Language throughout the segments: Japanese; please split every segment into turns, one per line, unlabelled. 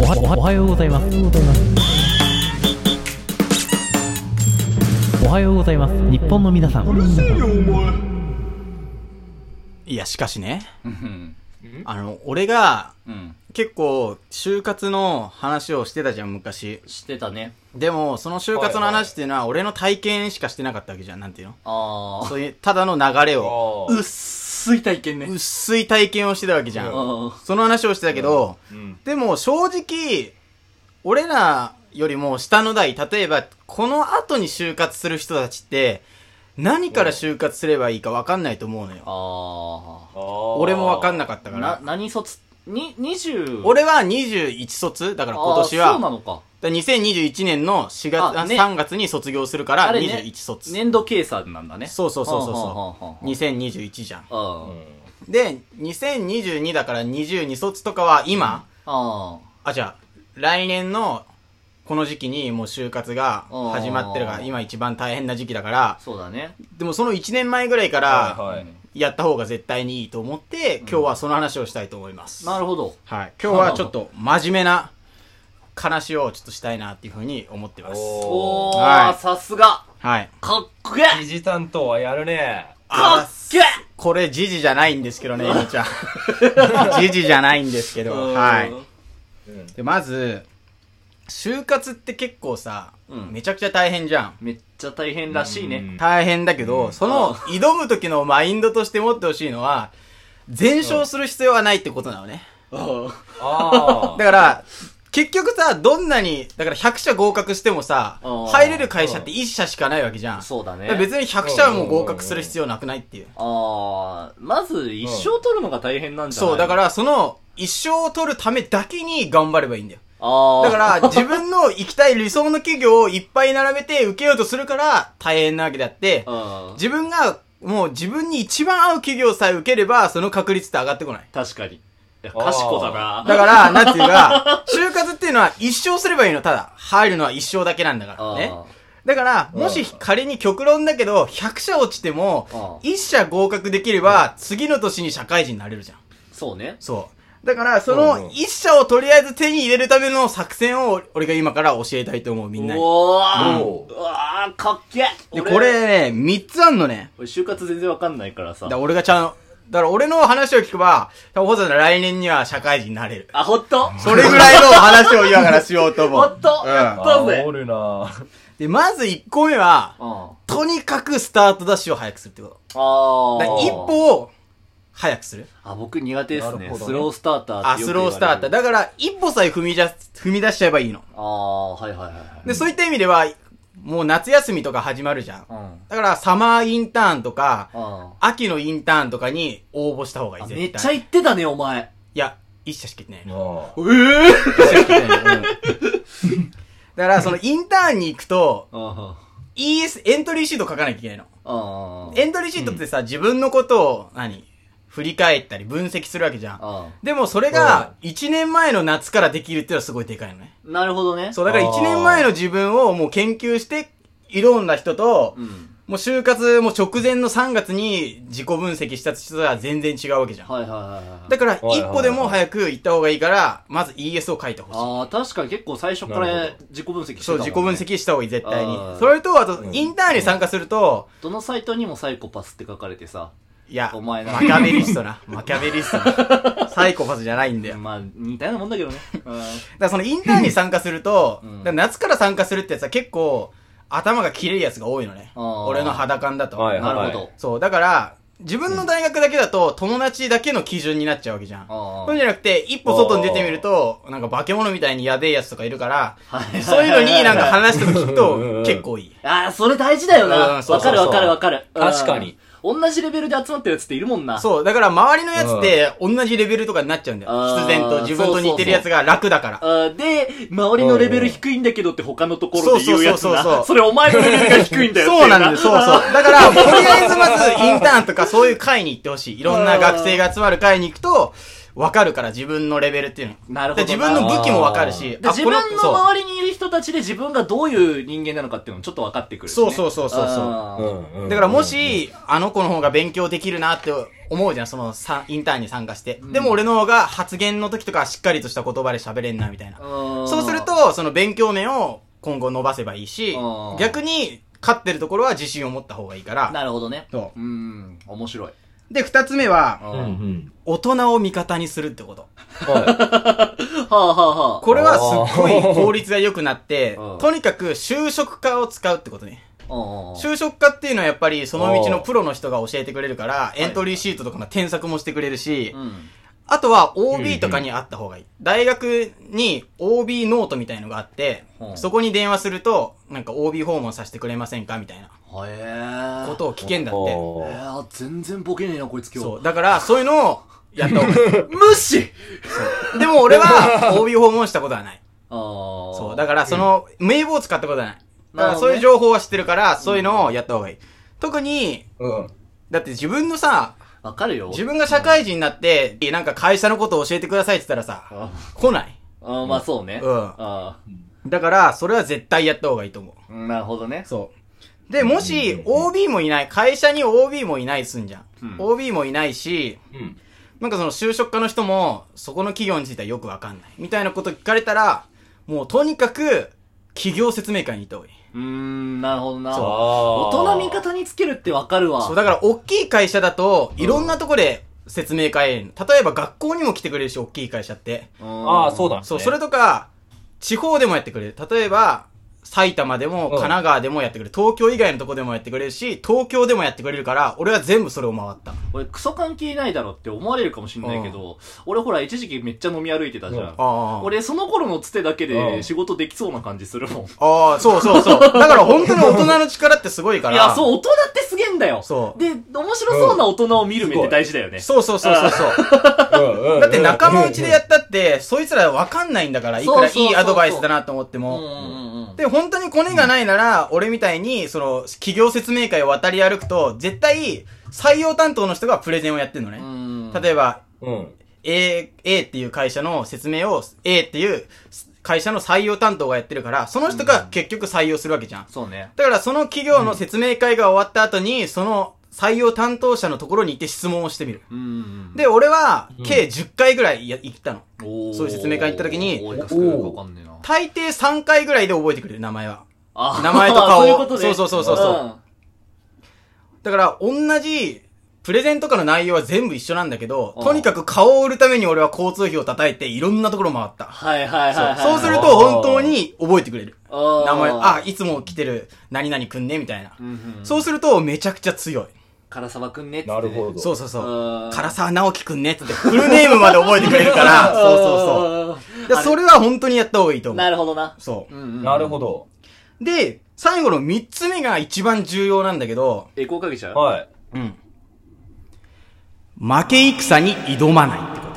おはおはようございます。おはようございます。日本の皆さん。
いや、しかしね、
うん。
あの、俺が、
うん。
結構、就活の話をしてたじゃん、昔。
してたね。
でも、その就活の話っていうのは、俺の体験しかしてなかったわけじゃん、なんていうの
ああ。
そういう、ただの流れを。
あー
薄い体験ね。
薄い体験をしてたわけじゃ
あ
ん。
ー
その話をしてたけど、
うん
でも正直、俺らよりも下の代、例えば、この後に就活する人たちって、何から就活すればいいか分かんないと思うのよ。
あ
あー
俺も分かんなかった
あ。
か
な
ら、。
何卒に、20。
俺は21卒だから今年
あーそうな
は、
のか。
だ2021年の4月、
あ
あ
ね
3月に卒業するから
あれね
21卒。
年度計算なんだね。
そうそうそうそうそう
そう
2021じゃん。
う。あ
う
ー
ん
で、2022だから22卒とかは今、
あ
あ、じゃあ、来年のこの時期にもう就活が始まってるか
あ
ら、
ー
今一番大変な時期だから
ー。、そうだね。
でもその1年前ぐらいか
は
ら、
いはい
やった方が絶対にいいと思って、今日はその話をしたいと思います。
なるほど。
はい。今日はちょっと真面目な話をちょっとしたいなっていうふうに思ってます。
お
お
は
ー、
い
さすが。
はい。
かっけえ
時事担当はやるね
かっけえ
これ、時事じゃないんですけど ね、えみちゃん。 時事じゃないんですけど、はい。
うん
で、まず、就活って結構さ、
うん
めちゃくちゃ大変じゃん。
めっちゃ大変らしいね。
大変だけど、その挑む時のマインドとして持ってほしいのは、全勝する必要はないってことなのね。
あ
だから、結局さ、どんなに、だから100社合格してもさ、
うん
入れる会社って1社しかないわけじゃん。
そうだね
だから。別に100社も合格する必要なくないっていう。
ああ、まず一生取るのが大変なんじゃない、
そう、だかららその、一生を取るためだけに頑張ればいいんだよ。
あ
だ
あ。
から、 自分の行きたい理想の企業をいっぱい並べて受けようとするから大変なわけであって、
うん。
自分が、もう自分に一番合う企業さえ受ければ、その確率って上がってこない。
確かに。いや、賢だな。
だから、なんていうか、就活っていうのは一生すればいいの、ただ。入るのは一生だけなんだからね。
あ
だから、もし仮に極論だけど、100社落ちても、1社合格できれば、次の年に社会人になれるじゃん。
ーそうね。
そう。だから、そ
うんうん
の1社をとりあえず手に入れるための作戦を、俺が今から教えたいと思う、みんなに。
おー
おー
うわー、かっけえ
で、
俺
これね、3つあんのね。
俺就活全然わかんないからさ
だか。ら俺がちゃん、だから俺の話を聞けば、多分ほざ来年には社会人になれる。
あ、ほっと
それぐ らいの話を今からしようと思
ほ
う。
っと、
うん
や
あ
った
煽
ぜ
るな
で、まず1個目は、
うん。あ
とにかくスタートダッシュを早くするってこ
あ
と。だから一歩を早くする。
あ、僕苦手です
な
ね
るほどね
スロースターター
あ、
って
ス
よく言
ロ
われる
ースターター。だから、一歩さえ踏み出す、踏み出しちゃえばいいの。
ああ、はいはいはいはい。
で、そういった意味では、もう夏休みとか始まるじゃん。
うん。
だから、サマーインターンとか、
あ
秋のインターンとかに応募した方がいい。
あ。
絶
め
対
っちゃ言ってたね、お前。
いや、一社しか行ってないの。
あ
ええ
一社しか行ってないの。うんだから、そのインターンに行くと、
あ
ES、エントリーシート書かなきゃいけないの。
あ。
エントリーシートってさ、自分のことを、何振り返ったり分析するわけじゃん。
あ
でもそれが、1年前の夏からできるっていうのはすごいでかいのね。
あ。なるほどね。
そう、だから
あー
1年前の自分をもう研究して、いろんな人と、
うん。
もう就活も直前の3月に自己分析した人とは全然違うわけじゃん。
はいはいはいはい。
だから、
いはい
一歩でも早く行った方がいいから、まず ES を書いてほしい。
ああ、確かに結構最初から
なるほ
自己分析してた、ね。
そう、自己分。析した方がいい、絶対に
あー。
それと、あと
う、ん
インターンに参加すると、
どのサイトにもサイコパスって書かれてさ。
いや、
お前な
マキャベリスト な。マキャベリストな。サイコパスじゃないんだよ。
まあ、似たようなもんだ けどね。うん。
だからそのインターンに参加すると、
うん
だから夏から参加するってやつは結構頭が切れるやつが多いのね。
あー
俺の肌感だと。
はい
なるほど。
そう、だから、自分の大学だけだと友達だけの基準になっちゃうわけじゃん。
あ
そうじゃなくて、一歩外に出てみると、なんか化け物みたいにやべえやつとかいるから、
あ。はい
そういうのになんか
はいはいはい
話とか聞くと結構いい。
ああ、それ大事だよな。
うん
わ
そうそ
か
う
る
そう
わかるわかる。うん
確かに。
同じレベルで集まってるやつっているもんな。う。
そう、だから周りのやつって同じレベルとかになっちゃうんだよ。
あー
必然と自分と似てるやつが楽だから。
あーで、周りのレベル低いんだけどって他のところで言うやつ
そうそうそうそ
な。
う
それお前のレベルが低いんだよってい
そうなんだよ、そうそう。だから、とりあえずまずインターンとかそういう会に行ってほしい。いろんな学生が集まる会に行くと、分かるから、自分のレベルっていうの。
なる
だ
ほ
から
ど。
自分の武器も分かるし、
で自分の
そう
周りにいる人たちで自分がどういう人間なのかっていうのもちょっと分かってくるし
そ
ね、
うそうそうそうそう
あー
うんうん
だからもし、あの子の方が勉強できるなって思うじゃん、そのさインターンに参加して。でも俺の方が発言の時とかしっかりとした言葉で喋れんな、みたいな。
うん
そうする、と、その勉強面を今後伸ばせばいいし
あ、ー
逆に勝ってるところは自信を持った方がいいから。
なるほどね。。
そう
ん、面白い。
で、二つ目は、
うん うん。
大人を味方にするってこと。
は
はあはあはあ。
これはすっごい効率が良くなって
あー、
とにかく就職化を使うってことね。
うん
就職化っていうのはやっぱりその道のプロの人が教えてくれるから、エントリーシートとかの添削もしてくれるし、
うん。
あとは OB とかにあった方がいい。大学に OB ノートみたいのがあって、
うん
そこに電話すると、なんか OB 訪問させてくれませんかみたいな
へえー。
ことを聞けんだって。
え
い。
ー、全然ボケねえな、こいつ今日。
そう。だから、そういうのをやった方がい
無視
い。でも俺は OB 訪問したことはない。
ああ。
そう。だから、その、名簿を使ったことはない。だか
な
ら
るほど
そう
ね
いう情報は知ってるから、そういうのをやった方がいい。特に、
うん。
だって自分のさ、
わかるよ。
自分が社会人になって、なんか会社のことを教えてくださいって言ったらさ、
あ
来ない。
あー、まあそうね。
うん
あ
だから、それは絶対やった方がいいと思う。
ーなるほどね。
そう。で、もし、OB もいない、会社に OB もいないすんじゃん。
うん
OB もいないし、
うん。
なんかその就職家の人も、そこの企業についてはよくわかんない。みたいなこと聞かれたら、もうとにかく、企業説明会に行った方がいい。
うーん、なるほどな。大
大
人味方につけるってわかるわ。
そう、だから、大きい会社だと、いろんなとこで説明会例えば学校にも来てくれるし、大きい会社って。
ああ、そう
だ。
だ。
そう、それとか、地方でもやってくれる。例えば、埼玉でも、
ん
神奈川でもやってくれる。東京以外のとこでもやってくれるし、東京でもやってくれるから、俺は全部それを回った。
俺、クソ関係ないだろって思われるかもしんないけど、俺ほら、一時期めっちゃ飲み歩いてたじゃん。
あ俺、
俺、その頃のつてだけ
う
で
ん
仕事できそうな感じするもん。い
ああ、そうそう そう。だから本当に大人の力ってすごいから。。
や、そうう、大人ってすげえんだよ。
そう
で、面白そうな大人を見る目って大事だよね。
そうそうそうそうそう。
だ
だって仲間内でやったって、そいつらわかんないんだから、いくらいいアドバイスだなと思って
うんう
も。
んうんうん。
で、本当にコネがないなら、俺みたいに、その、企業説明会を渡り歩くと、絶対、採用担当の人がプレゼンをやってるのね。
うん
例えば、
うん。
A、A っていう会社の説明を A っていう会社の採用担当がやってるから、その人が結局採用するわけじゃん。
そうね。
だからその企業の説明会が終わった後に、その採用担当者のところに行って質問をしてみる。
うん。
で、俺は計10回ぐらいや行ったの。
おー
そういう説明会行った時に
おーいくつかよくわかんねえな。
大抵3回ぐらいで覚えてくれる、名前は。
あ
名前とかを
そういうことね
そうそうそうそうそうだから同じ、プレゼンとかの内容は全部一緒なんだけど、
うん
とにかく顔を売るために俺は交通費を叩いていろんなところ回った。
はいはいはいはい。
そうすると本当に覚えてくれる。
あー
名前、あ、いつも来てる何々くんね、みたいな。
うんうん。
そうするとめちゃくちゃ強い。
唐沢くんねっつって。
なるほど。
そう
う。
そう
あ
そう。
ー
唐沢直樹くんねって言って、フルネームまで覚えてくれるか ら、そうそうそう。だからそれは本当にやった方がいいと
う
思
な
う。
るほどな。
そう。
んうん
なるほど。
で、最後の三つ目が一番重要なんだけど、
エコーかけちゃう
はい。
うん。負け戦に挑まないってこと。こ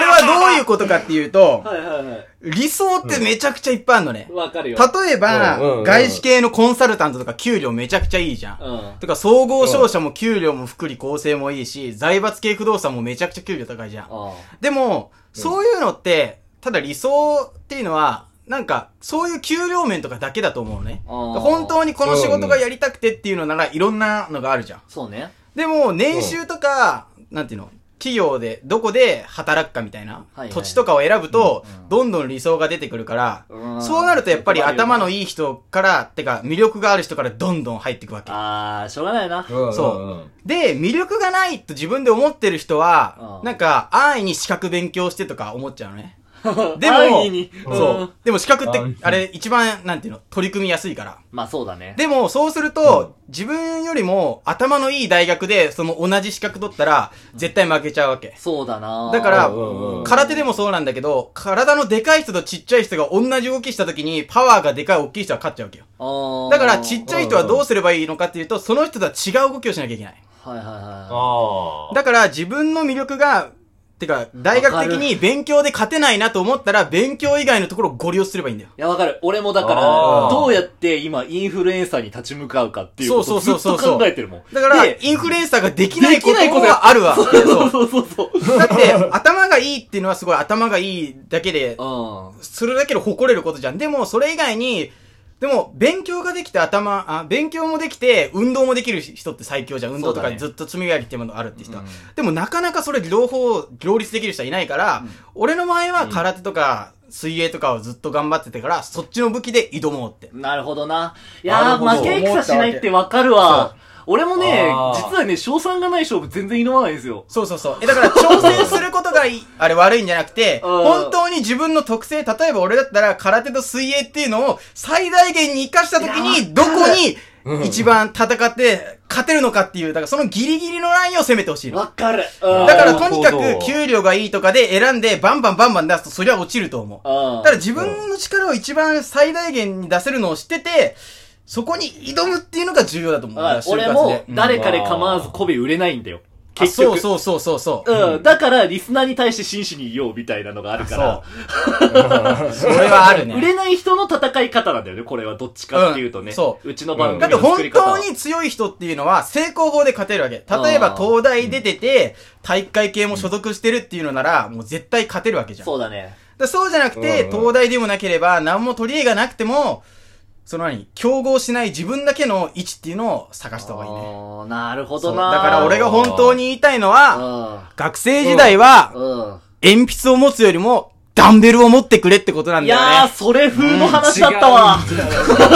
れはどういうことかっていうと、
はいはいはい。
理想ってめちゃくちゃいっぱいあるのね。
わかるよ。
例えば、
うんうんうん
外資系のコンサルタントとか給料めちゃくちゃいいじゃん。
うん。
てか、総合商社も給料も福利厚生もいいし、財閥系不動産もめちゃくちゃ給料高いじゃん。
あ
でも、そういうのって、ただ理想っていうのは、なんか、そういう給料面とかだけだと思うのね。
あー
本当にこの仕事がやりたくてっていうのなら、いろんなのがあるじゃん。
そうね。
でも、年収とか、なんていうの企業で、どこで働くかみたいな、
はいはい
土地とかを選ぶと、
うん
どんどん理想が出てくるから、
うん
そうなるとやっぱり
困るよな
頭のいい人から、てか魅力がある人からどんどん入っていくわけ。
あー、しょうがないな。
そう。で、魅力がないと自分で思ってる人は、
うん
なんか、安易に資格勉強してとか思っちゃうのね。 でも
安易に、
そう。。でも資格って
安易、
あれ、一番、なんていうの、取り組みやすいから。
まあそうだね。
でも、そうすると、自分よりも頭のいい大学で、その同じ資格取ったら、絶対負けちゃうわけ。
そうだな。
だから
うんうんうん
空手でもそうなんだけど、体のでかい人とちっちゃい人が同じ動きした時に、パワーがでかい大きい人は勝っちゃうわけよ。
あー
だから、ちっちゃい人はどうすればいいのかっていうと、その人とは違う動きをしなきゃいけない。
はいはいはい。
ああ。
だから自分の魅力が、てか、大学的に勉強で勝てないなと思ったら、勉強以外のところをご利用すればいいんだよ。
いや、わかる。俺もだか
あ
ら、
ー
どうやって今インフルエンサーに立ち向かうかっていうこと
そ
を
うそ
ず
う
っ
そうそ
と
うそう
考えてるもん。
だから、
で
インフルエンサーができないことがあるわ。
そうそうそうそう。
そうだって、頭がいいっていうのはすごい頭がいいだけで、
うん。
それだけで誇れることじゃん。でも、それ以外に、でも、勉強ができて頭、あ、勉強もできて、運動もできる人って最強じゃん。運動と
そうだ
か
ね
ずっと積み上げてものあるって人は。
うん
でも、なかなかそれ両方、両立できる人はいないから、俺の場合は空手とか、水泳とかをずっと頑張ってたから、そっちの武器で挑もうって。
なるほどな。い
な
や
る
ー、
ほど
負け戦しないってわかるわ。俺もね
あ、ー
実はね、賞賛がない勝負全然挑まないんですよ。
そうそうそう。え、だから挑戦することがい い、あれ悪いんじゃなくて、
うん
本当に自分の特性、例えば俺だったら空手と水泳っていうのを最大限に活かした時
い
に、どこに一番戦って勝てるのかっていう、だからそのギリギリのラインを攻めてほしいの。
わかる。
だ
だ
からとにか
なるほ
く
ど
給料がいいとかで選んでバンバンバンバン出すとそりゃ落ちると思う。
うん
だから自分の力を一番最大限に出せるのを知ってて、そこに挑むっていうのが重要だと思う。
あ
就活
俺
で
も
うん
誰かで構わず媚び売れないんだよ。
あ
結局。
そうそうそうそうそう。
うん。だから、リスナーに対して真摯に言おうみたいなのがあるから。
それはある ね。
売れない人の戦い方なんだよね、これは。どっちかっていうとね。
うんそう
うちの番
だ
組
って
の作
本
り方は。
当に強い人っていうのは成功法で勝てるわけ。例えば
あー
東大出てて、体育会系も所属してるっていうのなら、もう絶対勝てるわけじゃん。
そうだね。
だそうじゃなくて、
うんうん
東大でもなければ、何も取り柄がなくても、その何、競合しない自分だけの位置っていうのを探した方がいいね。
あーなるほ
そ
ど
う
な。
だから俺が本当に言いたいのは、学生時代
う
は、
ん。うん。
鉛筆を持つよりも、ダンベルを持ってくれってことなん
い
だよね。
やー、それ風の話だったわ。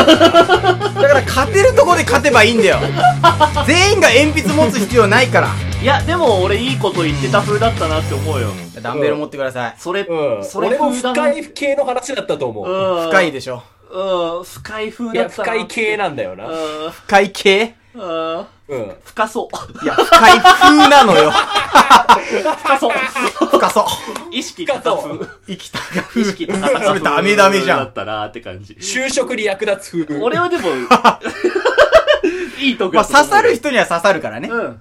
だから勝てるとこで勝てばいいんだ よ全員が鉛筆持つ必要ないから
いや、でも俺いいこと言ってた風だったなって思うよ。
ダンベル持ってください
それ、
うん。
それ
俺も
風だな
深。い系の話だったと思う。
うん
深いでしょ
うん、深い風
い
だ
や、
った
深い系なんだよな。
う
深い系
ん、うん、
うん。うん。
深そう。
いや深い風なのよ
深そう。
深そう
意識高風。
生きたが風
意識高風。
それダメダメじゃ
だ
ん
ったなーって感じ。
就職に役立つ風。
俺はでも、いいとこ
ま
だ
あ刺
と思うよ
さる人には刺さるからね
うん。